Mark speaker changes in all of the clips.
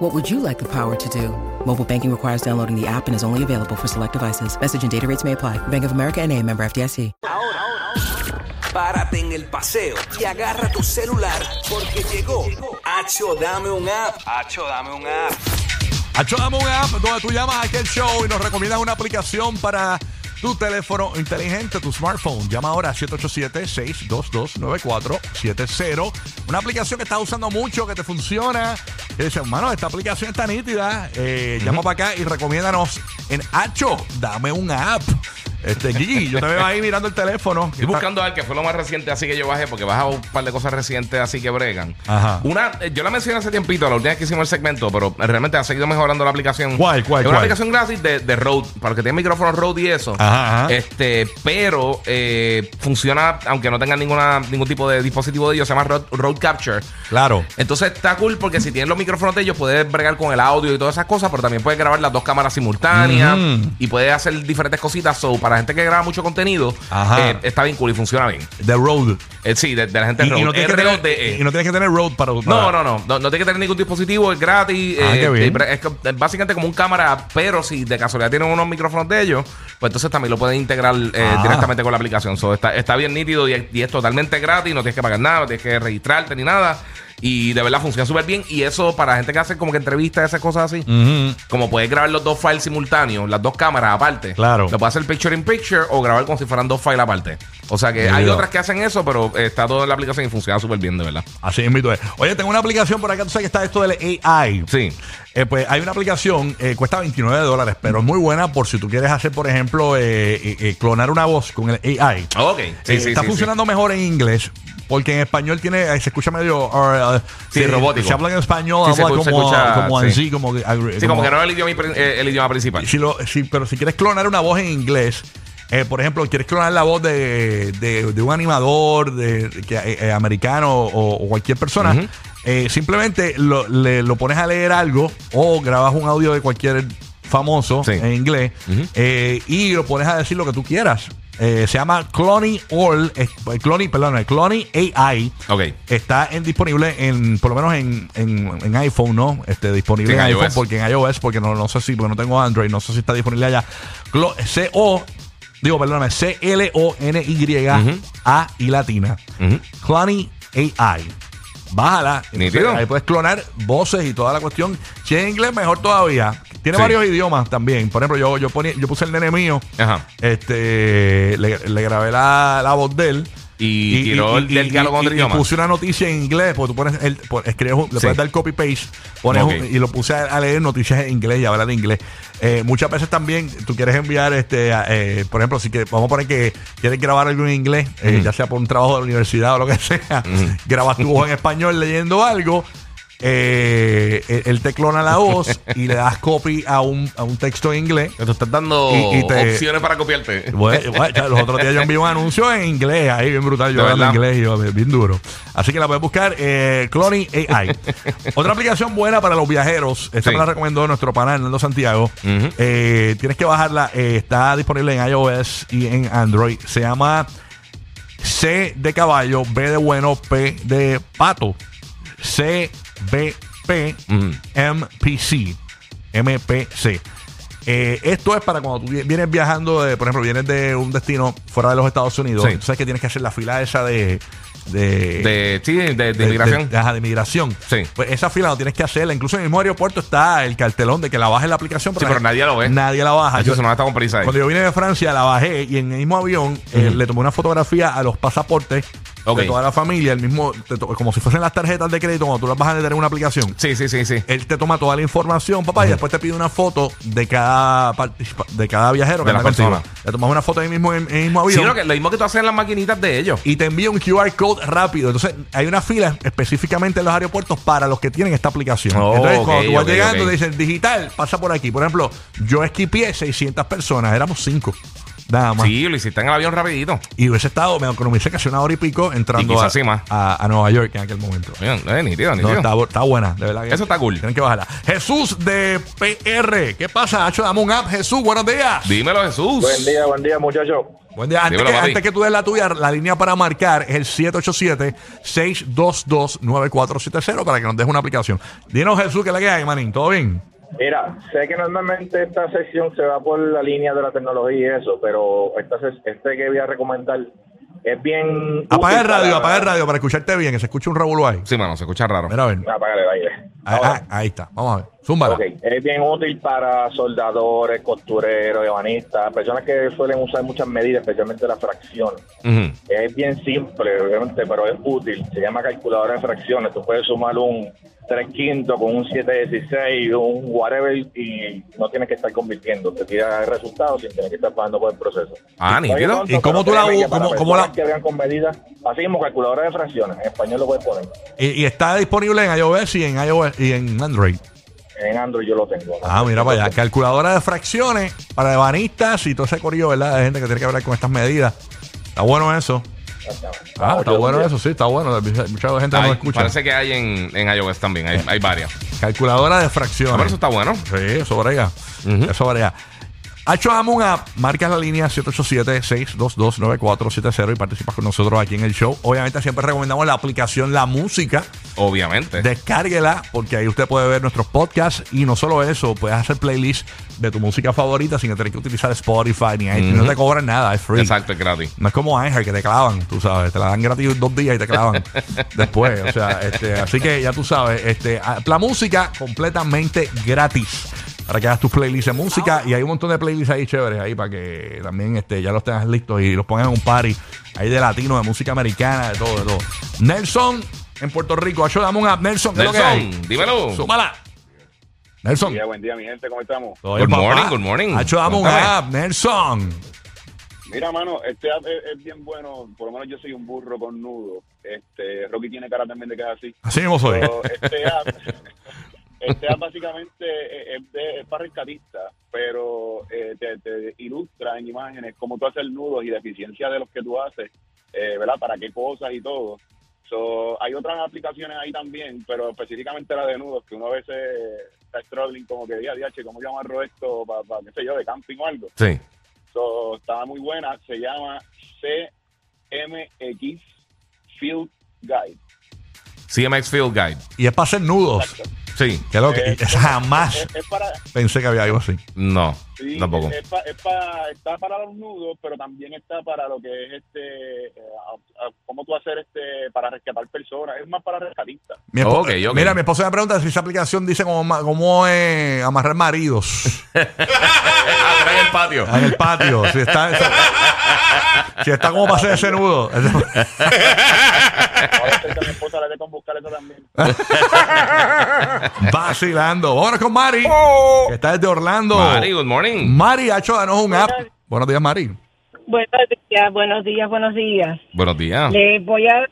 Speaker 1: What would you like the power to do? Mobile banking requires downloading the app and is only available for select devices. Message and data rates may apply. Bank of America and a member FDIC.
Speaker 2: Ahora, ahora, ahora. Párate en el paseo y agarra tu celular porque llegó. Hacho, dame un app. Hacho, dame un app.
Speaker 3: Hacho, dame un app donde tú llamas a aquel show y nos recomiendas una aplicación para tu teléfono inteligente, tu smartphone. Llama ahora a 787-622-9470. Una aplicación que estás usando mucho, que te funciona. Y dices, hermano, esta aplicación está nítida. Eh, Llama para acá y recomiéndanos en Hacho, dame una app. Este, Gigi, yo te veo ahí mirando el teléfono.
Speaker 4: Estoy buscando al que fue lo más reciente así que yo bajé, porque baja un par de cosas recientes así que bregan.
Speaker 3: Ajá.
Speaker 4: Una, eh, yo la mencioné hace tiempito, la última vez que hicimos el segmento, pero realmente ha seguido mejorando la aplicación.
Speaker 3: ¿Cuál, cuál,
Speaker 4: Es una
Speaker 3: cuál?
Speaker 4: aplicación gratis de, de Rode, para los que tienen micrófono Rode y eso.
Speaker 3: Ajá, ajá.
Speaker 4: Este, pero eh, funciona, aunque no tengan ninguna, ningún tipo de dispositivo de ellos, se llama Rode, Rode Capture.
Speaker 3: Claro.
Speaker 4: Entonces está cool porque si tienes los micrófonos de ellos puedes bregar con el audio y todas esas cosas, pero también puedes grabar las dos cámaras simultáneas
Speaker 3: Mm.
Speaker 4: y puedes hacer diferentes cositas. So, para la gente que graba mucho contenido,
Speaker 3: Ajá.
Speaker 4: eh, está bien cool y funciona bien.
Speaker 3: The Road.
Speaker 4: Eh, sí, de, de la gente
Speaker 3: Y,
Speaker 4: de Rode.
Speaker 3: y no tienes que
Speaker 4: R-O-D-E.
Speaker 3: tener, y no tienes que tener Road para, para-
Speaker 4: E. No, no, no, no. no tiene que tener ningún dispositivo, es gratis.
Speaker 3: Ah, qué bien.
Speaker 4: te- Es, que- es básicamente como un cámara, pero si de casualidad tienen unos micrófonos de ellos, pues entonces también lo pueden integrar eh,
Speaker 3: Ah.
Speaker 4: directamente con la aplicación. So, está, está bien nítido y, es- y es totalmente gratis, no tienes que pagar nada, no tienes que registrarte ni nada. Y de verdad funciona súper bien. Y eso para la gente que hace como que entrevistas, esas cosas así.
Speaker 3: Ujú.
Speaker 4: Como puedes grabar los dos files simultáneos, las dos cámaras aparte.
Speaker 3: Claro.
Speaker 4: Lo puedes hacer picture in picture o grabar como si fueran dos files aparte. O sea que
Speaker 3: Nítido.
Speaker 4: hay otras que hacen eso, pero eh, está todo en la aplicación y funciona súper bien, de verdad.
Speaker 3: Así invito es. Oye, tengo una aplicación por acá, tú sabes que está esto del AI.
Speaker 4: Sí.
Speaker 3: Eh, pues hay una aplicación, eh, cuesta 29 dólares, pero es muy buena por si tú quieres hacer, por ejemplo, eh, eh, eh, clonar una voz con el AI.
Speaker 4: Ok. Ah, Sí,
Speaker 3: Eh,
Speaker 4: sí,
Speaker 3: está
Speaker 4: sí, sí.
Speaker 3: funcionando mejor en inglés. Porque en español tiene, eh, se escucha medio. uh, uh,
Speaker 4: Sí,
Speaker 3: se-
Speaker 4: robótico.
Speaker 3: Se habla en español,
Speaker 4: Sí, se
Speaker 3: habla
Speaker 4: escu- se
Speaker 3: como,
Speaker 4: escucha,
Speaker 3: como
Speaker 4: sí.
Speaker 3: así, como. que-
Speaker 4: Sí, como que no es el idioma, impre- eh, el idioma principal.
Speaker 3: si lo- si- pero si quieres clonar una voz en inglés, eh, por ejemplo, quieres clonar la voz de, de- de un animador de, que, eh, eh, americano o, o cualquier persona, eh, simplemente lo, le- lo pones a leer algo o grabas un audio de cualquier famoso
Speaker 4: Sí.
Speaker 3: en inglés eh, y lo pones a decir lo que tú quieras. Eh, se llama Clony All, eh, Clony, perdón, Clony AI.
Speaker 4: Ok.
Speaker 3: Está en, disponible en, por lo menos en, en- en iPhone, ¿no? Este, disponible
Speaker 4: Sí,
Speaker 3: en
Speaker 4: en
Speaker 3: iPhone
Speaker 4: iOS.
Speaker 3: porque en iOS, porque no, no sé si, porque no tengo Android, no sé si está disponible allá. Clo- C-O, digo, perdóname, C-L-O-N-Y-A y latina. Clony AI. Bájala. Entonces,
Speaker 4: Nítido.
Speaker 3: ahí puedes clonar voces y toda la cuestión. Si es en inglés, mejor todavía. Tiene
Speaker 4: Sí.
Speaker 3: varios idiomas también. Por ejemplo, yo, yo, ponía- yo puse el nene mío.
Speaker 4: Ajá.
Speaker 3: Este, le, le grabé la, la voz de él.
Speaker 4: Y tiró el- del diálogo en otro
Speaker 3: y- y
Speaker 4: idioma.
Speaker 3: puse una noticia en inglés, porque tú pones, el, pon- escribes, un- le
Speaker 4: Sí.
Speaker 3: puedes dar copy paste, pones
Speaker 4: Ok.
Speaker 3: un- y lo puse a, a leer noticias en inglés y a hablar en inglés. Eh, muchas veces también tú quieres enviar, este, a- eh, por ejemplo, si que, vamos a poner que quieres grabar algo en inglés, eh,
Speaker 4: Mm.
Speaker 3: ya sea por un trabajo de la universidad o lo que sea, grabas tu voz en español leyendo algo. eh, él, él te clona la voz y le das copy a un, a un texto en inglés
Speaker 4: Te estás dando
Speaker 3: Y- y te- Eh,
Speaker 4: opciones para copiarte.
Speaker 3: bueno, bueno, ya, los otros días yo envié un anuncio en inglés, ahí bien brutal, yo
Speaker 4: De
Speaker 3: hablando
Speaker 4: verdad.
Speaker 3: inglés, yo, eh, bien duro. Así que la puedes buscar, eh, Clony AI. Otra aplicación buena para los viajeros, esta
Speaker 4: Sí.
Speaker 3: me la recomendó nuestro pana Hernando Santiago.
Speaker 4: Ujú.
Speaker 3: Eh, tienes que bajarla, eh, está disponible en iOS y en Android. Se llama C de caballo, B de bueno, P de pato. C, B, P,
Speaker 4: Ujú.
Speaker 3: MPC. MPC. Eh, esto es para cuando tú vi- vienes viajando, de, por ejemplo, vienes de un destino fuera de los Estados Unidos.
Speaker 4: Sí.
Speaker 3: Tú sabes que tienes que hacer la fila esa de. de
Speaker 4: De, sí, de, de
Speaker 3: de-
Speaker 4: inmigración.
Speaker 3: de- ah, ajá, de migración.
Speaker 4: Sí.
Speaker 3: Pues esa fila no tienes que hacerla. Incluso en el mismo aeropuerto está el cartelón de que la bajes la aplicación.
Speaker 4: Sí, pero nadie lo ve.
Speaker 3: Nadie la baja.
Speaker 4: Eso
Speaker 3: Yo-
Speaker 4: se nos está con prisa ahí.
Speaker 3: cuando yo vine de Francia, la bajé y en el mismo avión eh, le tomé una fotografía a los pasaportes
Speaker 4: Ok.
Speaker 3: de toda la familia, el mismo, te to- como si fuesen las tarjetas de crédito, cuando tú las bajas de tener una aplicación.
Speaker 4: Sí, sí, sí, sí.
Speaker 3: Él te toma toda la información, papá, y después te pide una foto de cada participa- de cada viajero
Speaker 4: De
Speaker 3: que
Speaker 4: la
Speaker 3: anda contigo.
Speaker 4: persona.
Speaker 3: Le tomas una foto ahí mismo en en el mismo avión
Speaker 4: Sino que lo mismo que tú haces en las maquinitas de ellos.
Speaker 3: y te envía un QR code rápido. Entonces, hay una fila específicamente en los aeropuertos para los que tienen esta aplicación.
Speaker 4: Oh,
Speaker 3: Entonces,
Speaker 4: ok,
Speaker 3: cuando tú vas
Speaker 4: ok,
Speaker 3: llegando,
Speaker 4: ok.
Speaker 3: te dicen digital, pasa por aquí. Por ejemplo, yo esquipié 600 personas, éramos 5. Nada más.
Speaker 4: Sí, lo hiciste en el avión rapidito.
Speaker 3: Y hubiese estado, me economicé casi una hora y pico entrando
Speaker 4: Y quizás
Speaker 3: a,
Speaker 4: sí más.
Speaker 3: a- a Nueva York en aquel momento.
Speaker 4: Oigan, eh, nítido,
Speaker 3: No,
Speaker 4: nítido.
Speaker 3: está, bu- está buena, de verdad. que-
Speaker 4: Eso está cool.
Speaker 3: Tienen que bajarla. Jesús de PR. ¿Qué pasa, Hacho? Dame un app, Jesús. Buenos días.
Speaker 4: Dímelo, Jesús.
Speaker 5: Buen día, buen día, muchachos.
Speaker 3: Buen día. Antes,
Speaker 4: Dímelo,
Speaker 3: que,
Speaker 4: papi.
Speaker 3: antes que tú des la tuya, la línea para marcar es el 787-622-9470 para que nos dejes una aplicación. Dinos, Jesús, ¿qué es la que hay, manín? ¿Todo bien?
Speaker 5: Mira, sé que normalmente esta sección se va por la línea de la tecnología y eso, pero esta ses- este que voy a recomendar es bien.
Speaker 3: Apaga el
Speaker 5: útil
Speaker 3: radio,
Speaker 5: para-
Speaker 3: apaga el radio para escucharte bien, que se escuche un revolú ahí.
Speaker 4: Sí, mano, se escucha raro.
Speaker 3: Mira, a ver.
Speaker 5: Apagar el aire.
Speaker 3: Ah,
Speaker 5: Ahora,
Speaker 3: ah, ahí está. Vamos a ver. Zúmbala.
Speaker 5: ok, Es bien útil para soldadores, costureros, ebanistas, personas que suelen usar muchas medidas, especialmente las fracciones.
Speaker 4: Ujú.
Speaker 5: Es bien simple, obviamente, pero es útil. Se llama calculadora de fracciones. Tú puedes sumar un 3 quinto con un 716, un whatever, y no tienes que estar convirtiendo. Te tira el resultado sin tener que estar pagando por el proceso.
Speaker 4: Ah,
Speaker 5: Oye,
Speaker 4: nítido.
Speaker 5: tonto,
Speaker 3: ¿Y cómo
Speaker 5: pero
Speaker 3: tú la
Speaker 5: créeme
Speaker 3: u-
Speaker 5: que para
Speaker 3: cómo- cómo la-
Speaker 5: personas que vean con medidas, así mismo calculadora de fracciones. En español lo puedes poner.
Speaker 3: Y, y está disponible en iOS y en iOS y en Android.
Speaker 5: En Android yo lo tengo.
Speaker 3: Ah, mira para allá. Calculadora de fracciones para ebanistas y todo ese corillo, ¿verdad? De gente que tiene que hablar con estas medidas. Está bueno eso. Ah, está bueno eso, sí, está bueno. Mucha gente no
Speaker 4: Hay-
Speaker 3: lo escucha.
Speaker 4: Parece que hay en, en iOS también, hay, hay varias.
Speaker 3: Calculadora de
Speaker 4: Ah, Pero
Speaker 3: fracciones.
Speaker 4: eso está bueno.
Speaker 3: Sí, eso brega.
Speaker 4: Ujú.
Speaker 3: Eso brega. Hacho Amun App, marcas la línea 787-622-9470 y participas con nosotros aquí en el show. Obviamente siempre recomendamos la aplicación La Música.
Speaker 4: Obviamente.
Speaker 3: Descárguela porque ahí usted puede ver nuestros podcasts y no solo eso, puedes hacer playlist de tu música favorita sin tener que utilizar Spotify ni iTunes. No te cobran nada, es free.
Speaker 4: Exacto, es gratis.
Speaker 3: No es como Ángel que te clavan, tú sabes, te la dan gratis dos días y te clavan después. O sea, este, así que ya tú sabes, este, a- la música completamente gratis. Para que hagas tus playlists de música y hay un montón de playlists ahí chéveres ahí para que también este, ya los tengas listos y los pongas en un party. Ahí de latino, de música americana, de todo, de todo. Nelson en Puerto Rico, ayúdame un app. Nelson, ¿qué es lo que hay?
Speaker 4: Nelson, dímelo.
Speaker 3: Súmala. Nelson.
Speaker 5: buen día, mi gente, ¿cómo estamos?
Speaker 3: Todo
Speaker 4: Good
Speaker 3: bien, papá.
Speaker 4: morning, good morning.
Speaker 3: Hacho, dame un
Speaker 4: Cuéntame.
Speaker 3: app, Nelson.
Speaker 6: Mira, mano, este app es, es bien bueno. Por lo menos yo soy un burro con nudo. Este, Rocky tiene cara también de que es así.
Speaker 3: Así mismo soy.
Speaker 6: Pero este app, este app básicamente es, de- es para rescatistas, pero eh, te, te ilustra en imágenes cómo tú haces nudos y la eficiencia de los que tú haces, eh, ¿verdad? Para qué cosas y todo. So, hay otras aplicaciones ahí también, pero específicamente la de nudos, que uno a veces está struggling como que, día, día, ¿cómo yo amarro esto para, para, qué sé yo, de camping o algo?
Speaker 4: Sí.
Speaker 6: So, estaba muy buena. Se llama CMX Field Guide.
Speaker 4: CMX Field Guide.
Speaker 3: Y es para hacer nudos.
Speaker 6: Exacto.
Speaker 4: Sí.
Speaker 3: Que lo que
Speaker 6: Eh,
Speaker 3: jamás
Speaker 6: Es, es para,
Speaker 3: pensé que había algo así.
Speaker 4: No,
Speaker 6: sí,
Speaker 4: tampoco.
Speaker 6: es pa- es pa- está para los nudos, pero también está para lo que es este, eh, a- a- cómo tú hacer este, para rescatar personas. Es más para rescatistas.
Speaker 3: Mi espo-
Speaker 4: Ok, ok.
Speaker 3: Mira, mi esposa me pregunta si esa aplicación dice cómo, ma- cómo, eh, amarrar maridos
Speaker 4: Atrás en el patio.
Speaker 3: en el patio. Si está, si está como para hacer ese nudo.
Speaker 6: Ahora estoy con mi esposa, la tengo que buscar eso también.
Speaker 3: Vacilando. Vámonos con Mari, que está desde Orlando.
Speaker 4: Mari, good morning.
Speaker 3: Mari, Hacho, danos un app. Buenos días, Mari.
Speaker 7: Buenos días, buenos días, buenos días.
Speaker 4: Buenos días.
Speaker 7: Le voy a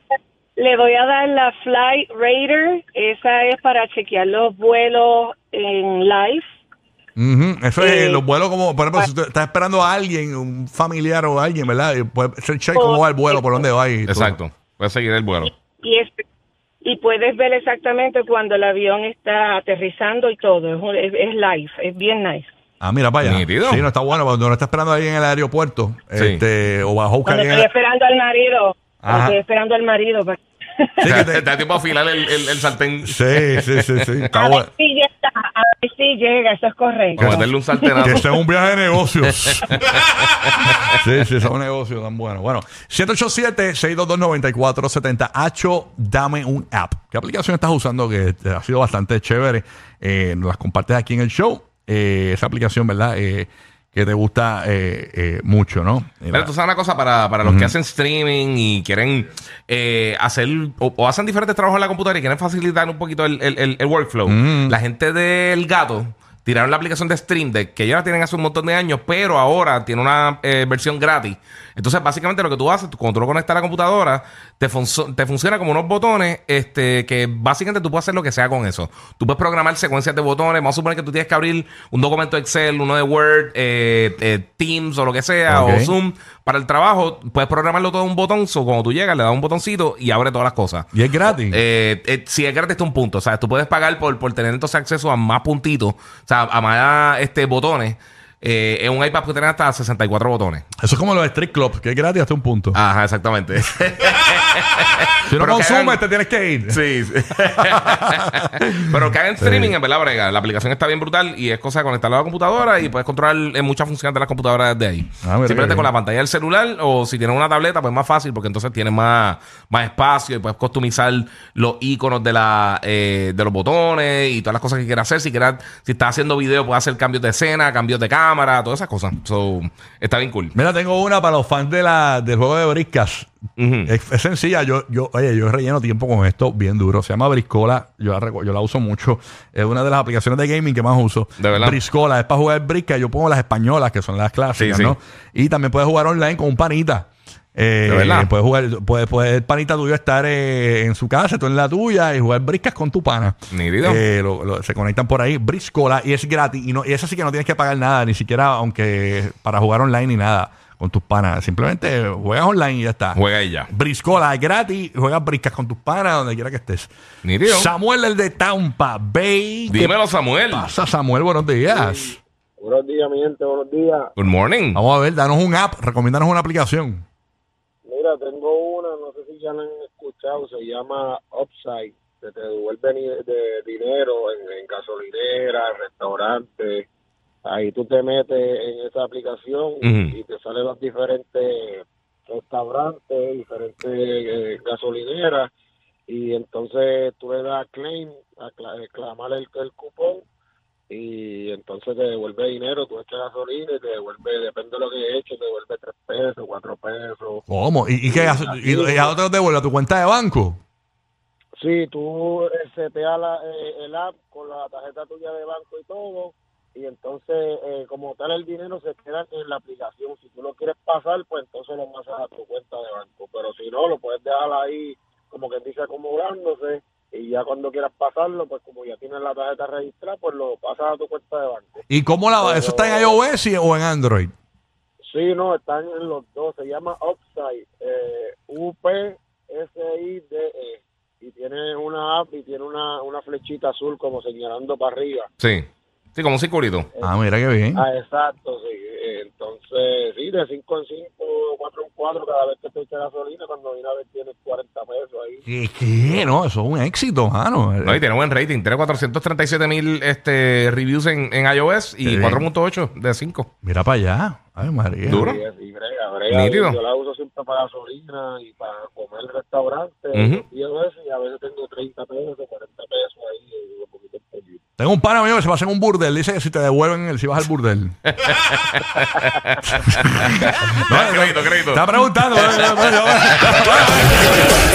Speaker 7: le voy a dar la Flight Raider. Esa es para chequear los vuelos en live.
Speaker 3: Ujú, Eso es
Speaker 7: Eh,
Speaker 3: los vuelos como, por ejemplo, si tú estás esperando a alguien, un familiar o alguien, ¿verdad? Y Puede ser check cómo va el vuelo, por dónde va y todo.
Speaker 4: Exacto. Voy a seguir el vuelo.
Speaker 7: y es- y puedes ver exactamente cuando el avión está aterrizando y todo. Es, un- es, es live, es bien nice.
Speaker 3: Ah, mira, vaya.
Speaker 4: Nítido.
Speaker 3: Sí, no está bueno. Cuando no está esperando ahí en el aeropuerto,
Speaker 4: Sí.
Speaker 3: este, o bajo a buscar
Speaker 7: Cuando
Speaker 3: alguien.
Speaker 7: estoy esperando al marido, cuando
Speaker 3: Ajá.
Speaker 7: estoy esperando al marido. pues, para-
Speaker 3: Sí,
Speaker 4: Te
Speaker 3: que
Speaker 4: da-
Speaker 3: te-
Speaker 4: te da tiempo a afilar el, el, el sartén.
Speaker 3: Sí, sí, sí, sí. Está
Speaker 7: A ver
Speaker 3: bueno.
Speaker 7: si llega, a ver si llega, eso es correcto.
Speaker 4: Para meterle un
Speaker 3: Que
Speaker 4: sartenazo.
Speaker 3: este es un viaje de negocios. sí, sí, es un negocio tan bueno. Bueno, 787-622-9470. Hacho, dame un app. ¿Qué aplicación estás usando que te ha sido bastante chévere? Eh, nos las compartes aquí en el show. Eh, esa aplicación, ¿verdad? Eh, que te gusta eh, eh, mucho, ¿no?
Speaker 4: Pero tú sabes una cosa, para, para los que hacen streaming y quieren eh, hacer o, o hacen diferentes trabajos en la computadora y quieren facilitar un poquito el, el- el- el workflow, la gente del gato Tiraron la aplicación de Stream Deck, que ya la tienen hace un montón de años, pero ahora tiene una eh, versión gratis. Entonces, básicamente lo que tú haces, tú- cuando tú lo conectas a la computadora, te, funso- te funciona como unos botones este, que básicamente tú puedes hacer lo que sea con eso. Tú puedes programar secuencias de botones. Vamos a suponer que tú tienes que abrir un documento de Excel, uno de Word, eh, eh, Teams o lo que sea,
Speaker 3: Ok.
Speaker 4: o Zoom. Para el trabajo, puedes programarlo todo en un botón. So, cuando tú llegas, le das un botoncito y abre todas las cosas.
Speaker 3: Y es gratis.
Speaker 4: Eh, eh, si es gratis, está un punto. O sea, tú puedes pagar por, por tener entonces acceso a más puntitos, o sea, a más este, botones. Eh, en un iPad puede tener hasta 64 botones.
Speaker 3: Eso es como los street clubs, que es gratis hasta un punto.
Speaker 4: Ajá, exactamente.
Speaker 3: si no
Speaker 4: pero que
Speaker 3: consumes,
Speaker 4: hagan-
Speaker 3: te tienes que ir.
Speaker 4: sí. sí. Pero que hagan streaming, en verdad, brega. La aplicación está bien brutal y es cosa de conectarla a la computadora y puedes controlar eh, muchas funciones de las computadoras desde ahí.
Speaker 3: Ah, mira,
Speaker 4: Simplemente
Speaker 3: qué
Speaker 4: con la
Speaker 3: bien.
Speaker 4: pantalla del celular o si tienes una tableta, pues es más fácil porque entonces tienes más, más espacio y puedes customizar los iconos de, la, eh, de los botones y todas las cosas que quieras hacer. Si quieras, si estás haciendo video, puedes hacer cambios de escena, cambios de cámara, todas esas cosas. So, está bien cool.
Speaker 3: Mira, tengo una para los fans de la, del juego de briscas.
Speaker 4: Ujú.
Speaker 3: Es, es sencilla, yo, yo, oye, yo relleno tiempo con esto bien duro. Se llama Briscola, yo la, recu- yo la uso mucho. Es una de las aplicaciones de gaming que más uso.
Speaker 4: De verdad.
Speaker 3: Briscola es para jugar brisca. Yo pongo las españolas, que son las clásicas,
Speaker 4: Sí, sí.
Speaker 3: ¿no? Y también puedes jugar online con un panita. Eh,
Speaker 4: De verdad.
Speaker 3: Puedes jugar, puedes, puedes el panita tuyo estar eh, en su casa, tú en la tuya, y jugar briscas con tu pana.
Speaker 4: Nítido.
Speaker 3: Eh, lo- lo- se conectan por ahí. Briscola y es gratis. Y, no, y esa sí que no tienes que pagar nada, ni siquiera aunque para jugar online ni nada con tus panas. Simplemente juegas online y ya está.
Speaker 4: Juega y ya.
Speaker 3: Briscola es gratis, juegas briscas con tus panas donde quiera que estés.
Speaker 4: Nítido.
Speaker 3: Samuel, el de Tampa Bay. ¿Qué
Speaker 4: Dímelo, Mm. Samuel.
Speaker 3: pasa, Samuel? Buenos días.
Speaker 6: Buenos días, mi gente, buenos días.
Speaker 4: Good morning.
Speaker 3: Vamos a ver, danos un app, recomiéndanos una aplicación.
Speaker 6: Mira, tengo una, no sé si ya la han escuchado, se llama Upside, que te devuelve ni- de dinero en, en gasolineras, restaurantes. Ahí tú te metes en esa aplicación
Speaker 4: Ujú.
Speaker 6: y te salen los diferentes restaurantes, diferentes eh, gasolineras, y entonces tú le das claim, a cla- eh, clamar el, el cupón, y entonces te devuelve dinero, tú echas gasolina y te devuelve, depende de lo que eches, te devuelve tres pesos, cuatro pesos.
Speaker 3: ¿Cómo? ¿Y, y qué? ¿Y, y a otro te devuelve a tu cuenta de banco?
Speaker 6: Sí, tú eh, seteas la, eh, el app con la tarjeta tuya de banco y todo, y entonces eh, como tal el dinero se queda en la aplicación. Si tú lo quieres pasar, pues entonces lo pasas a tu cuenta de banco, pero si no, lo puedes dejar ahí como que dice acumulándose, y ya cuando quieras pasarlo, pues como ya tienes la tarjeta registrada, pues lo pasas a tu cuenta de banco.
Speaker 3: ¿Y cómo la.? ¿Eso está en iOS y- o en Android?
Speaker 6: Sí, no, están en los dos. Se llama Upside, eh, U-P-S-I-D-E. E, Y tiene una app y tiene una, una flechita azul como señalando para arriba.
Speaker 4: Sí. Sí, como un circulito.
Speaker 3: Ah, mira qué bien.
Speaker 6: Ah, exacto, sí. Eh, Entonces, sí, de 5 en 5, 4 en 4, cada vez que te echa gasolina, cuando viene a ver tienes 40 pesos ahí.
Speaker 3: ¿Qué, qué? No, eso es un éxito, mano.
Speaker 4: No, y tiene buen rating. Tiene 437 mil este, reviews en, en iOS
Speaker 3: Qué
Speaker 4: y
Speaker 3: bien.
Speaker 4: 4.8 de 5.
Speaker 3: Mira para allá. Ay, María.
Speaker 4: Duro.
Speaker 6: Sí, sí, brega, brega.
Speaker 4: Nítido.
Speaker 6: Yo la uso siempre para gasolina y para comer en restaurantes.
Speaker 4: Ujú.
Speaker 6: Y a veces, y a veces tengo 30 pesos, 40 pesos ahí, y un poquito perdido.
Speaker 3: Tengo un pana mío que se pasa en un burdel. Dice que si te devuelven el, si vas al burdel.
Speaker 4: Ah, crédito, crédito.
Speaker 3: Está preguntando.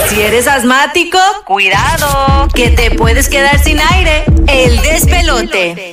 Speaker 8: Si eres asmático, cuidado, que te puedes quedar sin aire. El despelote.